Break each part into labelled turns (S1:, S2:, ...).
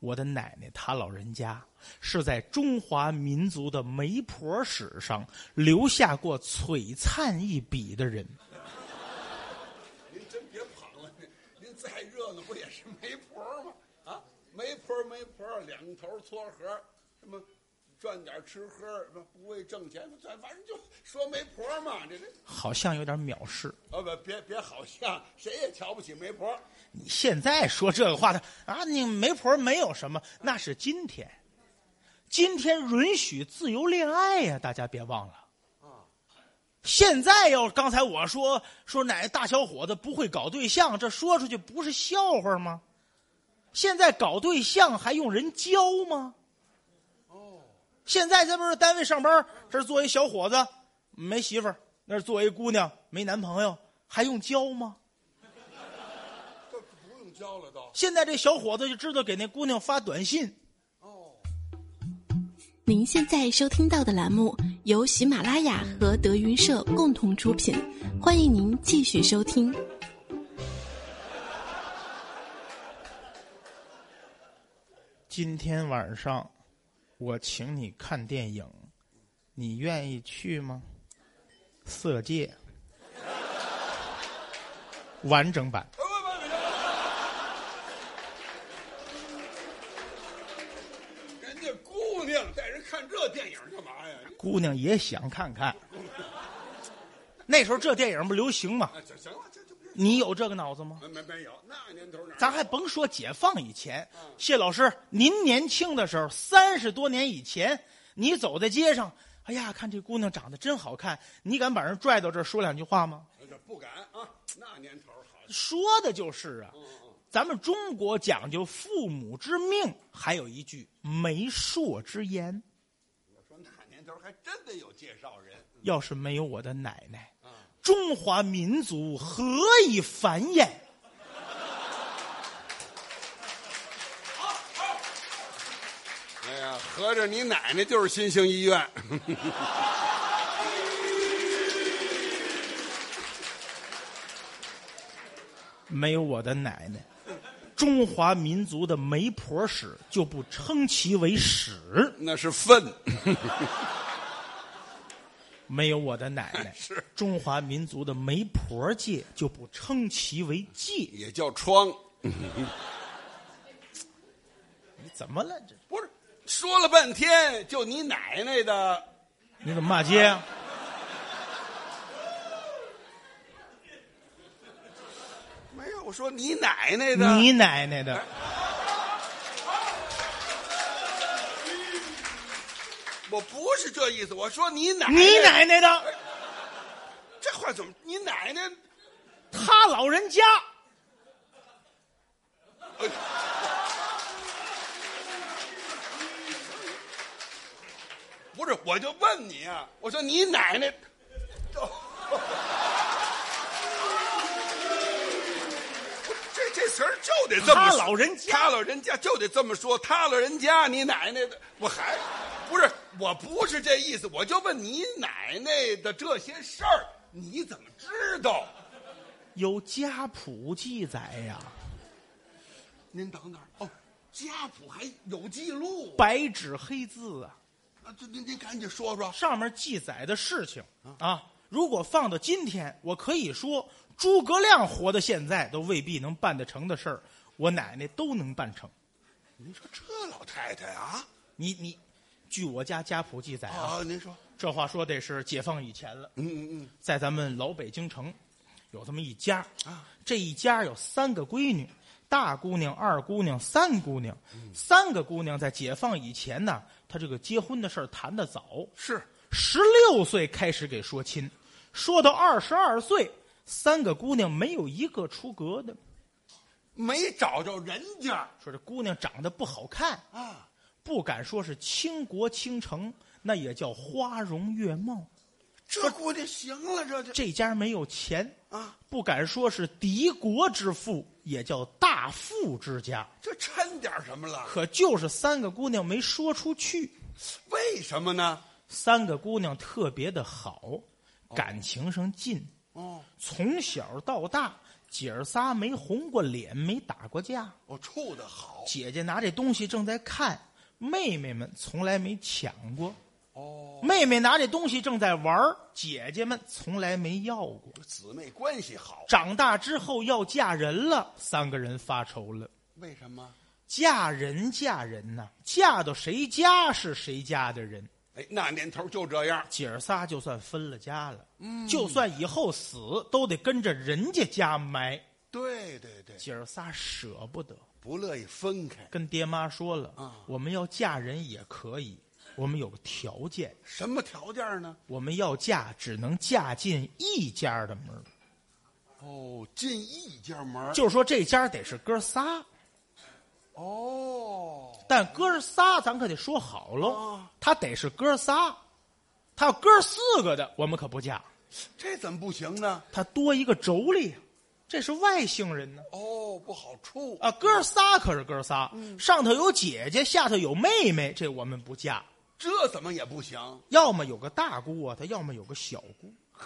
S1: 我的奶奶她老人家是在中华民族的媒婆史上留下过璀璨一笔的人。
S2: 您真别捧了，您您再热闹不也是媒婆吗？啊，媒婆媒婆，两头撮合，什么赚点吃喝，什么不为挣钱，反反正就说媒婆嘛，这这
S1: 好像有点藐视。
S2: 啊不别别好像谁也瞧不起媒婆，
S1: 你现在说这个话呢？啊，你媒婆没有什么，那是今天，今天允许自由恋爱呀、大家别忘了。现在要刚才我说说哪个大小伙子不会搞对象，这说出去不是笑话吗？现在搞对象还用人教吗？现在这不是单位上班，这儿做一小伙子没媳妇儿，那儿做一姑娘没男朋友，还用教吗？
S2: 这不用教了都。
S1: 现在这小伙子就知道给那姑娘发短信，
S2: 哦，
S3: 您现在收听到的栏目由喜马拉雅和德云社共同出品，欢迎您继续收听。
S1: 今天晚上我请你看电影，你愿意去吗？色戒，完整版。
S2: 不不不不，人家姑娘带人看这电影干嘛呀？
S1: 姑娘也想看看。那时候这电影不流行吗？
S2: 啊，行行了，这就别
S1: 你有这个脑子吗？
S2: 没没没有，那年头哪儿
S1: 咱还甭说解放以前，谢老师，您年轻的时候，三十多年以前，你走在街上，哎呀，看这姑娘长得真好看，你敢把人拽到这儿说两句话吗？
S2: 这不敢啊，那年头好。
S1: 说的就是啊，咱们中国讲究父母之命，还有一句媒妁之言。
S2: 我说那年头还真得有介绍人，
S1: 要是没有我的奶奶，中华民族何以繁衍？
S2: 哎呀，合着你奶奶就是新兴医院，
S1: 没有我的奶奶，中华民族的媒婆史就不称其为史。
S2: 那是粪。
S1: 没有我的奶奶，
S2: 是
S1: 中华民族的媒婆界就不称其为界。
S2: 也叫疮。
S1: 你怎么了？这
S2: 不是，说了半天就你奶奶的，
S1: 你怎么骂街啊？
S2: 没有，我说你奶奶的，
S1: 你奶奶的！
S2: 我不是这意思，我说你奶
S1: 你奶奶的！
S2: 这话怎么？你奶奶，
S1: 他老人家，
S2: 哎 不是，我就问你啊，我说你奶奶， 这这词儿就得这么
S1: 他
S2: 说
S1: 老人家
S2: 他老人家就得这么说，他老人家，你奶奶的，我还不是，我不是这意思，我就问你奶奶的这些事儿，你怎么知道？
S1: 有家谱记载呀、
S2: 您等等哦，家谱还有记录
S1: 白纸黑字啊，
S2: 啊？这您您赶紧说说，
S1: 上面记载的事情啊。如果放到今天，我可以说诸葛亮活到现在都未必能办得成的事儿，我奶奶都能办成。
S2: 您说这老太太啊
S1: 你你，据我家家谱记载啊，
S2: 啊，您说，
S1: 这话说得是解放以前了，
S2: 嗯嗯嗯，
S1: 在咱们老北京城，有这么一家
S2: 啊，
S1: 这一家有三个闺女，大姑娘、二姑娘、三姑娘，三个姑娘在解放以前呢，她这个结婚的事儿谈得早，
S2: 是
S1: 十六岁开始给说亲，说到二十二岁，三个姑娘没有一个出格的。
S2: 没找着人家
S1: 说这姑娘长得不好看，
S2: 啊？
S1: 不敢说是倾国倾城，那也叫花容月貌。
S2: 这姑娘行了，这就
S1: 这家没有钱
S2: 啊，
S1: 不敢说是敌国之富，也叫大富之家。
S2: 这掺点什么了？
S1: 可就是三个姑娘没说出去，
S2: 为什么呢？
S1: 三个姑娘特别的好，感情上近，
S2: 哦，
S1: 从小到大姐儿仨没红过脸，没打过架。
S2: 我处的好
S1: 姐姐拿这东西正在看，妹妹们从来没抢过。
S2: 哦，
S1: 妹妹拿这东西正在玩儿，姐姐们从来没要过。
S2: 姊妹关系好，
S1: 长大之后要嫁人了，三个人发愁了。
S2: 为什么？
S1: 嫁人嫁人呐、嫁到谁家是谁家的人。
S2: 哎，那年头就这样，
S1: 姐儿仨就算分了家了，嗯，就算以后死都得跟着人家家埋。
S2: 对对对，
S1: 姐儿仨舍不得，
S2: 不乐意分开，
S1: 跟爹妈说了，
S2: 啊
S1: 我们要嫁人也可以，我们有个条件，
S2: 什么条件呢？
S1: 我们要嫁只能嫁进一家的门儿，
S2: 哦，进一家门儿
S1: 就是说这家得是哥仨，
S2: 哦，
S1: 但哥仨咱可得说好喽
S2: 啊，
S1: 他得是哥仨，他要哥四个的，我们可不嫁，
S2: 这怎么不行呢？
S1: 他多一个妯娌，这是外姓人呢。
S2: 哦，不好处
S1: 啊，哥仨可是哥仨，
S2: 嗯
S1: 上头有姐姐，下头有妹妹，这我们不嫁。
S2: 这怎么也不行？
S1: 要么有个大姑啊，她要么有个小姑。
S2: 呵，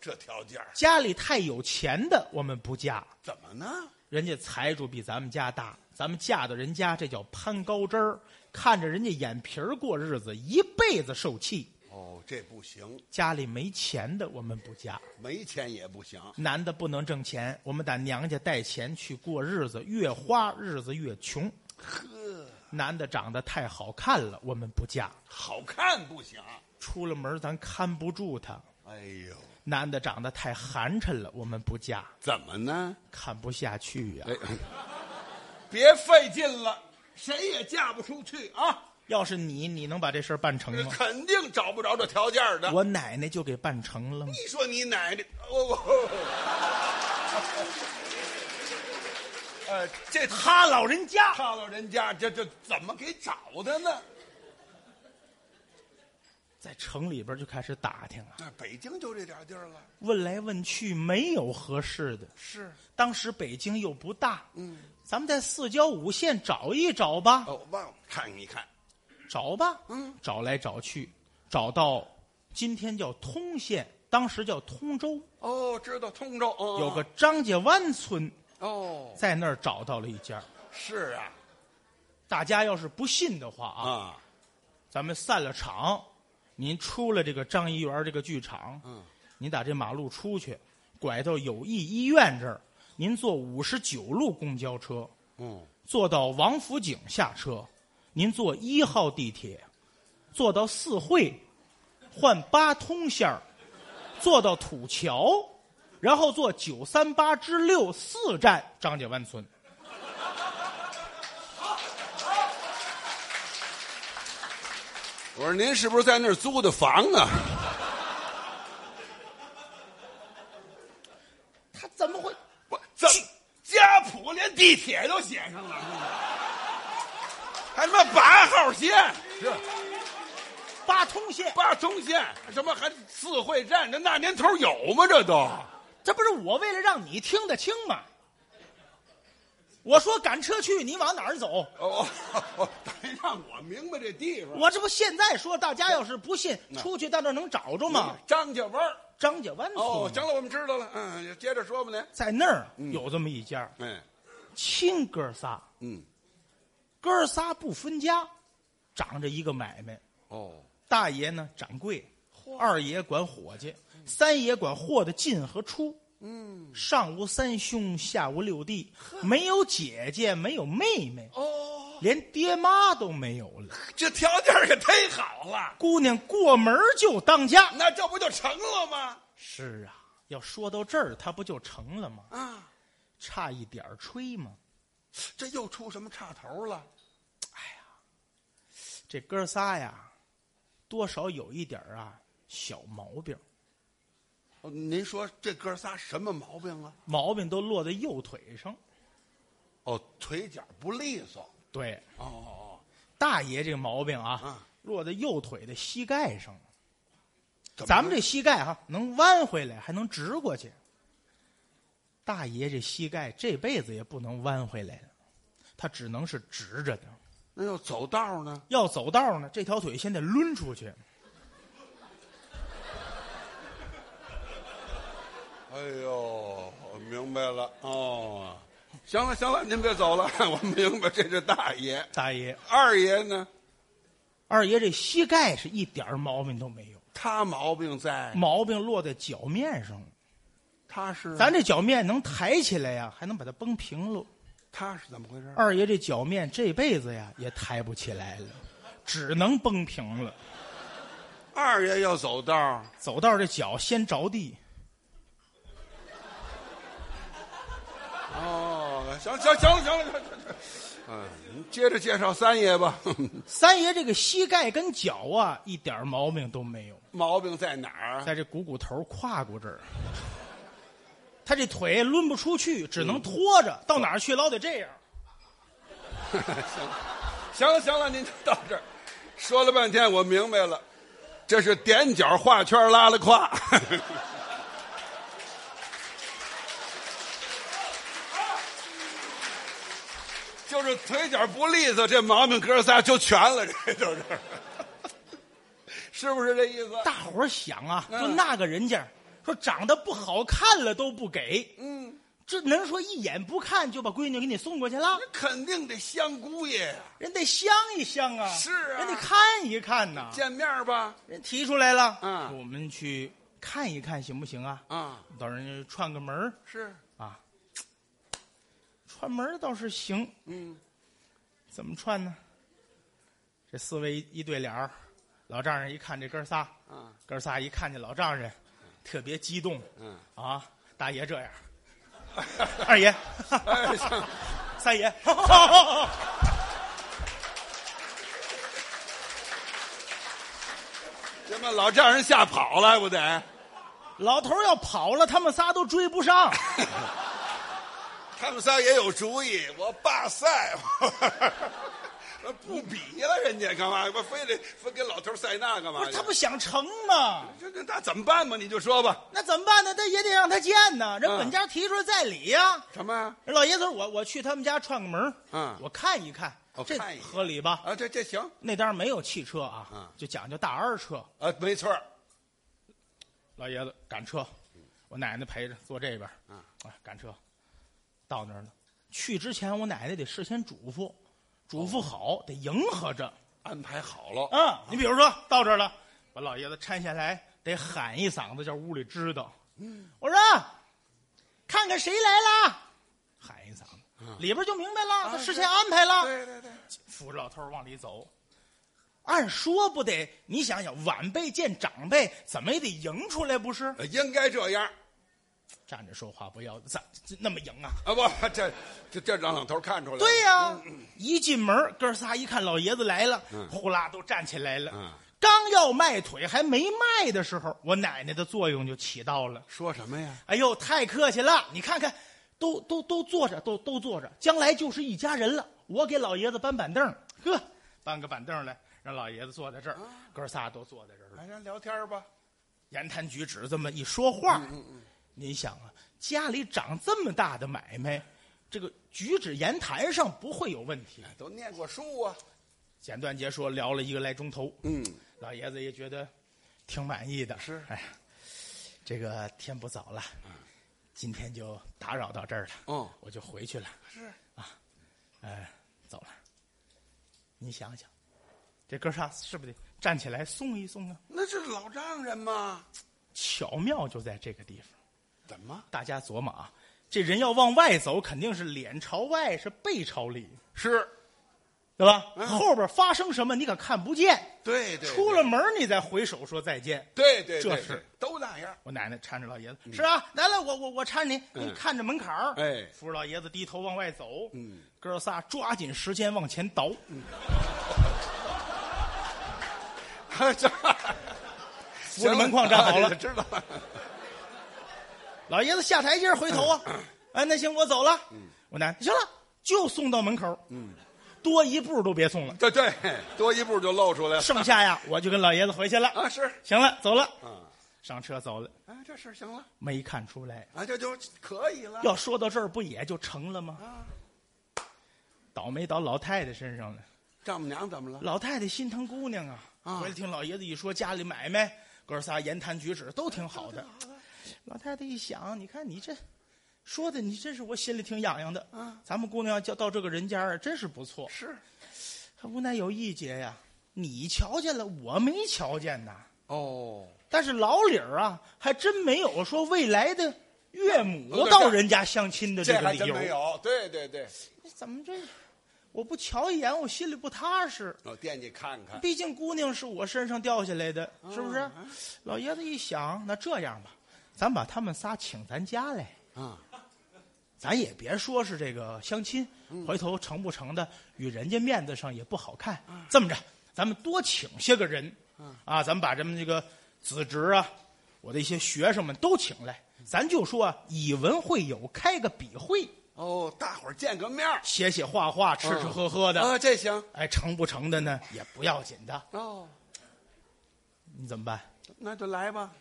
S2: 这条件儿
S1: 家里太有钱的，我们不嫁。
S2: 怎么呢？
S1: 人家财主比咱们家大，咱们嫁到人家，这叫攀高枝儿，看着人家眼皮儿过日子，一辈子受气。
S2: 哦，这不行，
S1: 家里没钱的，我们不嫁。
S2: 没钱也不行。
S1: 男的不能挣钱，我们打娘家带钱去过日子，越花日子越穷。
S2: 呵，
S1: 男的长得太好看了，我们不嫁。
S2: 好看不行。
S1: 出了门儿咱看不住他。
S2: 哎呦，
S1: 男的长得太寒碜了，我们不嫁，
S2: 怎么呢？
S1: 看不下去呀、
S2: 哎，别费劲了，谁也嫁不出去啊！
S1: 要是你，你能把这事儿办成吗？
S2: 肯定找不着这条件的。
S1: 我奶奶就给办成了吗？
S2: 你说你奶哦奶，我我，哦 呃，这
S1: 他老人家
S2: 差到人家，这这怎么给找的呢？
S1: 在城里边就开始打听了，
S2: 那北京就这点地儿了，
S1: 问来问去没有合适的。
S2: 是
S1: 当时北京又不大，嗯，咱们在四郊五县找一找吧，
S2: 哦，忘了看一看，
S1: 找吧，嗯，找来找去，找到今天叫通县，当时叫通州，
S2: 哦，知道通州，嗯、
S1: 有个张家湾村，
S2: 哦，
S1: 在那儿找到了一家。
S2: 是啊
S1: 大家要是不信的话啊，
S2: 啊，
S1: 咱们散了场，您出了这个张一元这个剧场，
S2: 嗯，
S1: 您打这马路出去，拐到友谊医院这儿，您坐五十九路公交车，
S2: 嗯，
S1: 坐到王府井下车，您坐一号地铁，坐到四惠，换八通线儿，坐到土桥，然后坐九三八之六四站张家湾村。
S2: 我说您是不是在那儿租的房啊？
S1: 他怎么会？
S2: 我怎么家谱连地铁都写上了，还他妈八号线，是
S1: 八通线，
S2: 八通线，什么还四惠站，这那年头有吗？这都
S1: 这不是我为了让你听得清吗？我说赶车去，你往哪儿走？
S2: 哦，得让我明白这地方。
S1: 我这不现在说，大家要是不信，出去到那儿能找着吗？
S2: 张家湾儿
S1: 张嗯家湾村、
S2: 哦，行了，我们知道了。嗯，接着说吧，您。
S1: 在那儿有这么一家，
S2: 哎，
S1: 亲哥仨，
S2: 嗯，
S1: 哥仨不分家，长着一个买卖。
S2: 哦，
S1: 大爷呢掌柜，二爷管伙计，三爷管货的进和出。嗯，上无三兄，下无六弟，没有姐姐，没有妹妹，
S2: 哦，
S1: 连爹妈都没有了。
S2: 这条件可忒好了，
S1: 姑娘过门就当家。
S2: 那这不就成了吗？
S1: 是啊，要说到这儿，他不就成了吗？
S2: 啊，
S1: 差一点儿吹吗？
S2: 这又出什么岔头了？
S1: 这哥仨呀，多少有一点儿啊小毛病，
S2: 哦您说这哥仨什么毛病啊？
S1: 毛病都落在右腿上。
S2: 哦，腿脚不利索。
S1: 对，
S2: 哦哦，
S1: 大爷这个毛病啊，
S2: 啊
S1: 落在右腿的膝盖上。
S2: 怎么
S1: 咱们这膝盖哈、能弯回来，还能直过去。大爷这膝盖这辈子也不能弯回来了，他只能是直着的。
S2: 那要走道呢？
S1: 要走道呢，这条腿先得抡出去。
S2: 哎呦，我明白了哦。行了行了，您别走了，我明白，这是大爷。
S1: 大爷，
S2: 二爷呢？
S1: 二爷这膝盖是一点儿毛病都没有，
S2: 他毛病在，
S1: 毛病落在脚面上了。
S2: 他是
S1: 咱这脚面能抬起来呀，还能把它绷平了。
S2: 他是怎么回事？
S1: 二爷这脚面这辈子呀也抬不起来了，只能绷平了。
S2: 二爷要走道儿
S1: 走道这脚先着地，
S2: 哦，行行行了行了行了，行了嗯，您接着介绍三爷吧。
S1: 三爷这个膝盖跟脚啊一点儿毛病都没有，
S2: 毛病在哪儿？啊
S1: 在这股骨头胯骨这 儿，他这腿抡不出去，只能拖着，到哪儿去老得这样。
S2: 行了行了，您就到这儿。说了半天，我明白了，这是踮脚画圈拉了胯。 就是腿脚不利索，这毛病哥仨就全了，这就是， 是不是这意思？
S1: 大伙儿想啊，
S2: 嗯
S1: 就那个人家说长得不好看了都不给，
S2: 嗯，
S1: 这能说一眼不看就把闺女给你送过去了？
S2: 肯定得香姑爷呀，
S1: 人得相一相啊，
S2: 是啊
S1: 人得看一看呐、
S2: 见面吧，
S1: 人提出来了，
S2: 嗯
S1: 我们去看一看行不行啊？
S2: 啊，
S1: 到人家串个门儿
S2: 是，
S1: 啊，串门儿倒是行，
S2: 嗯，
S1: 怎么串呢？这四位一一对脸儿，老丈人一看这哥仨，
S2: 啊，
S1: 哥仨一看见老丈人，特别激动，
S2: 嗯，
S1: 啊，大爷 这样，二爷，
S2: 哎，行。
S1: 三 爷，
S2: 这把老丈人吓跑了，不得？
S1: 老头儿要跑了，他们仨都追不
S2: 哎
S1: 上。
S2: 他们仨也有主意，我罢赛， 我不比了，人家干嘛？我非得非跟老头赛那干嘛
S1: 不
S2: 呀？
S1: 是他不想成吗？
S2: 这这那怎么办吧？你就说吧，
S1: 那怎么办呢？他也得让他见呢。人本家提出来在理呀、
S2: 什么呀？
S1: 人老爷子说，我我去他们家串个门儿
S2: 嗯
S1: 我看一看
S2: 哦，
S1: 这
S2: 看一看
S1: 合理吧？
S2: 啊，这这行
S1: 那当然没有汽车啊，
S2: 嗯
S1: 就讲究大二车。
S2: 啊，没错儿
S1: 老爷子赶车，我奶奶陪着坐这边。嗯，啊，赶车，到那儿了。去之前，我奶奶得事先嘱咐，嘱咐好，得迎合着。
S2: 安排好了。
S1: 嗯，你比如说到这儿了，把老爷子搀下来，得喊一嗓子，叫屋里知道。我说，看看谁来啦，喊一嗓子，啊里边就明白了，他事先安排了。
S2: 对对对，
S1: 扶着老头儿往里走。按说不得，你想想，晚辈见长辈，怎么也得迎出来不是？
S2: 呃应该这样
S1: 站着说话不腰，咋这那么迎啊？
S2: 啊！不，这这这让老头看出来了。
S1: 对呀、嗯一进门，哥仨一看老爷子来了，呼啦都站起来了。
S2: 嗯
S1: 刚要迈腿，还没迈的时候，我奶奶的作用就起到了。
S2: 说什么呀？
S1: 哎呦，太客气了！你看看，都都都坐着，都都坐着，将来就是一家人了。我给老爷子搬板凳儿，呵，搬个板凳儿来，让老爷子坐在这儿，
S2: 啊
S1: 哥仨都坐在这儿了。
S2: 来，咱聊天吧。
S1: 言谈举止这么一说话，
S2: 嗯
S1: 您想啊，家里长这么大的买卖，这个举止言谈上不会有问题。
S2: 哎都念过书啊。
S1: 简短截说，聊了一个来钟头，
S2: 嗯，
S1: 老爷子也觉得挺满意的。
S2: 是
S1: 哎呀，这个天不早了，今天就打扰到这儿了。
S2: 嗯
S1: 我就回去了。啊
S2: 是
S1: 哎，走了。你想想，这哥仨是不是得站起来松一松啊？
S2: 那这是老丈人嘛？
S1: 巧妙就在这个地方。
S2: 怎么？
S1: 大家琢磨啊，这人要往外走，肯定是脸朝外，是背朝里，
S2: 是
S1: 对吧？
S2: 嗯
S1: 后边发生什么你可看不见，
S2: 对对，
S1: 出了门儿你再回首说再见。
S2: 对，对对，
S1: 这
S2: 对
S1: 是
S2: 都那样。
S1: 我奶奶搀着老爷子，是啊，来来，我我我搀你，你看着门槛儿，
S2: 嗯哎
S1: 扶着老爷子低头往外走，
S2: 嗯，，
S1: 哥仨抓紧时间往前倒，扶着门框站好了
S2: 知道了。
S1: 老爷子下台阶儿回头啊，哎，那行，我走了。我奶奶行了，就送到门口。嗯，多一步都别送了。
S2: 对对，多一步就露出来了。
S1: 剩下呀，我就跟老爷子回去了。
S2: 啊，是
S1: 行了，走了，
S2: 啊，
S1: 上车走了，
S2: 哎，这事儿行了，
S1: 没看出来。
S2: 啊，这就可以了。
S1: 要说到这儿，不也就成了吗？
S2: 啊，
S1: 倒霉倒老太太身上了。
S2: 丈母娘怎么了？
S1: 老太太心疼姑娘啊，
S2: 啊
S1: 回来听老爷子一说家里买
S2: 啊
S1: 卖，哥仨言谈举止都挺好的。老太太一想，你看你这说的你真是我心里挺痒痒的。
S2: 嗯，
S1: 咱们姑娘要到这个人家啊，真是不错。
S2: 是
S1: 无奈有一节呀，你瞧见了，我没瞧见呐。
S2: 哦，
S1: 但是老李儿啊，还真没有说未来的岳母
S2: 对
S1: 到人家相亲的
S2: 这
S1: 个
S2: 还
S1: 理
S2: 真
S1: 由。哎
S2: 没有。对对对，
S1: 怎么这？我不瞧一眼，我心里不踏实。
S2: 我惦记看看。
S1: 毕竟姑娘是我身上掉下来的，是不是？
S2: 嗯
S1: 老爷子一想，那这样吧，咱把他们仨请咱家来，
S2: 啊，
S1: 咱也别说是这个相亲，回头成不成的，与人家面子上也不好看。这么着，咱们多请些个人，啊，咱们把咱们这个子侄啊，我的一些学生们都请来，咱就说啊，以文会友，开个笔会，
S2: 哦，大伙儿见个面儿，
S1: 写写画画，吃吃喝喝的。
S2: 啊，这行
S1: 哎，成不成的呢也不要紧的，
S2: 哦，
S1: 你怎么办？
S2: 那就来吧。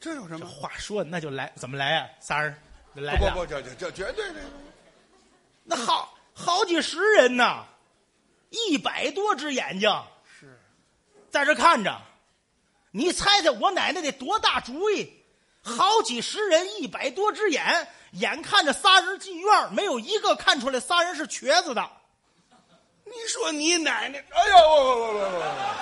S2: 这有什
S1: 这
S2: 么？
S1: 话说的那就来，怎么来啊？仨人来
S2: 不
S1: 俩
S2: 不不，这这这绝对的。
S1: 那好好几十人呐，一百多只眼睛
S2: 是，
S1: 在这看着，你猜猜我奶奶得多大主意？好几十人，一百多只眼，眼看着仨人进院，没有一个看出来仨人是瘸子的。
S2: 你说你奶奶，哎呦，我我我我我，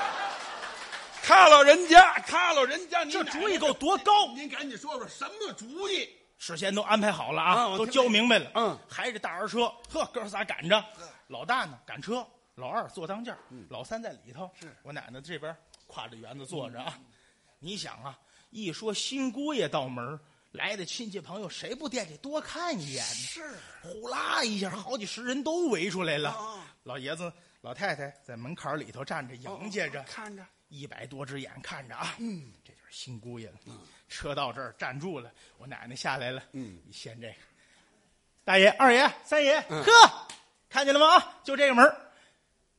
S2: 他老人家，他老人家，你
S1: 这
S2: 奶奶
S1: 主意给我多高！
S2: 您赶紧说说什么主意？
S1: 事先都安排好了啊，
S2: 啊我
S1: 都
S2: 听
S1: 教明白了。
S2: 嗯
S1: 还是这大儿车，呵，哥仨赶着，老大呢赶车，老二坐当间儿，老三在里头。
S2: 嗯是
S1: 我奶奶这边挎着园子坐着啊。你想啊，一说新姑爷到门儿来的亲戚朋友，谁不惦记多看一眼呢？
S2: 是
S1: 呼啦一下，好几十人都围出来了。
S2: 啊哦
S1: 老爷子、老太太在门槛儿里头站着迎接着，
S2: 看着，
S1: 一百多只眼看着啊，嗯，这就是新姑爷了。车到这儿站住了，我奶奶下来了，
S2: 嗯
S1: 你先这个，大爷、二爷、三爷，
S2: 嗯
S1: 呵，看见了吗？啊，就这个门儿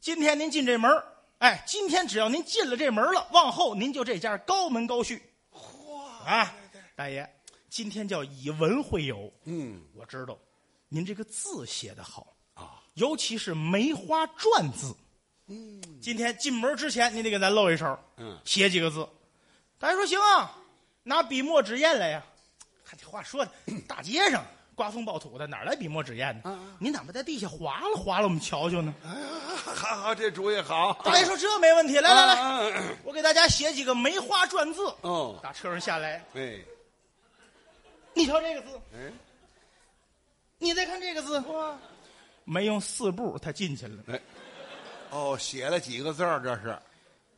S1: 今天您进这门儿哎，今天只要您进了这门儿了，往后您就这家高门高续
S2: 嚯，
S1: 啊。大爷，今天叫以文会友，
S2: 嗯
S1: 我知道，您这个字写得好，
S2: 啊，
S1: 尤其是梅花篆字。
S2: 嗯
S1: 今天进门之前，您得给咱露一手。
S2: 嗯，
S1: 写几个字。大家说行啊，拿笔墨纸砚来呀、看这话 说的，大街上刮风暴土的，哪来笔墨纸砚
S2: 啊
S1: 呢？您哪怕在地下划拉划拉，我们瞧瞧呢？
S2: 好好，这主意好。
S1: 大爷说这没问题，来来来，
S2: 来，
S1: 我给大家写几个梅花篆字。
S2: 哦，
S1: 打车上下来，
S2: 哎
S1: 你瞧这个字，
S2: 哎，
S1: 你再看这个字，哇，没用四步他进去了。
S2: 哦，写了几个字儿，这是，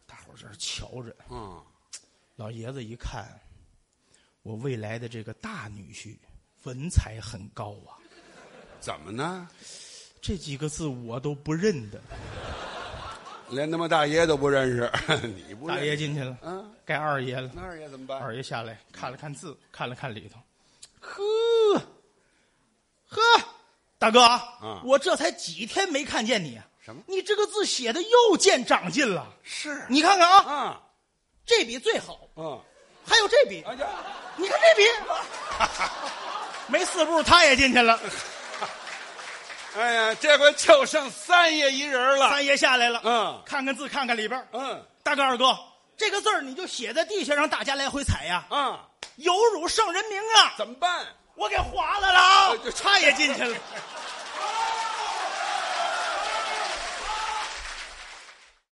S1: 大伙儿这儿瞧着，
S2: 嗯，
S1: 老爷子一看，我未来的这个大女婿文采很高啊，
S2: 怎么呢？
S1: 这几个字我都不认得。
S2: 连他妈大爷都不认识，你不认
S1: 大
S2: 识
S1: 爷进去了，
S2: 嗯，
S1: 该二爷了。
S2: 那二爷怎么办？
S1: 二爷下来看了看字，看了看里头，呵，呵，大哥啊
S2: 嗯，
S1: 我这才几天没看见你啊，
S2: 什么
S1: 你这个字写的又见长进了，
S2: 是
S1: 你看看啊，
S2: 啊
S1: 这笔最好，
S2: 嗯，
S1: 还有这笔，
S2: 哎呀，
S1: 你看 这笔，没四步他也进去了，
S2: 哎呀，这回就剩三爷一人了。
S1: 三爷下来了，
S2: 嗯
S1: 看看字，看看里边儿，
S2: 嗯
S1: 大哥二哥，这个字儿你就写在地下，让大家来回踩呀，
S2: 啊，
S1: 有辱圣人名啊。
S2: 怎么办？
S1: 我给划了了啊
S2: 哎！这
S1: 他也进去了，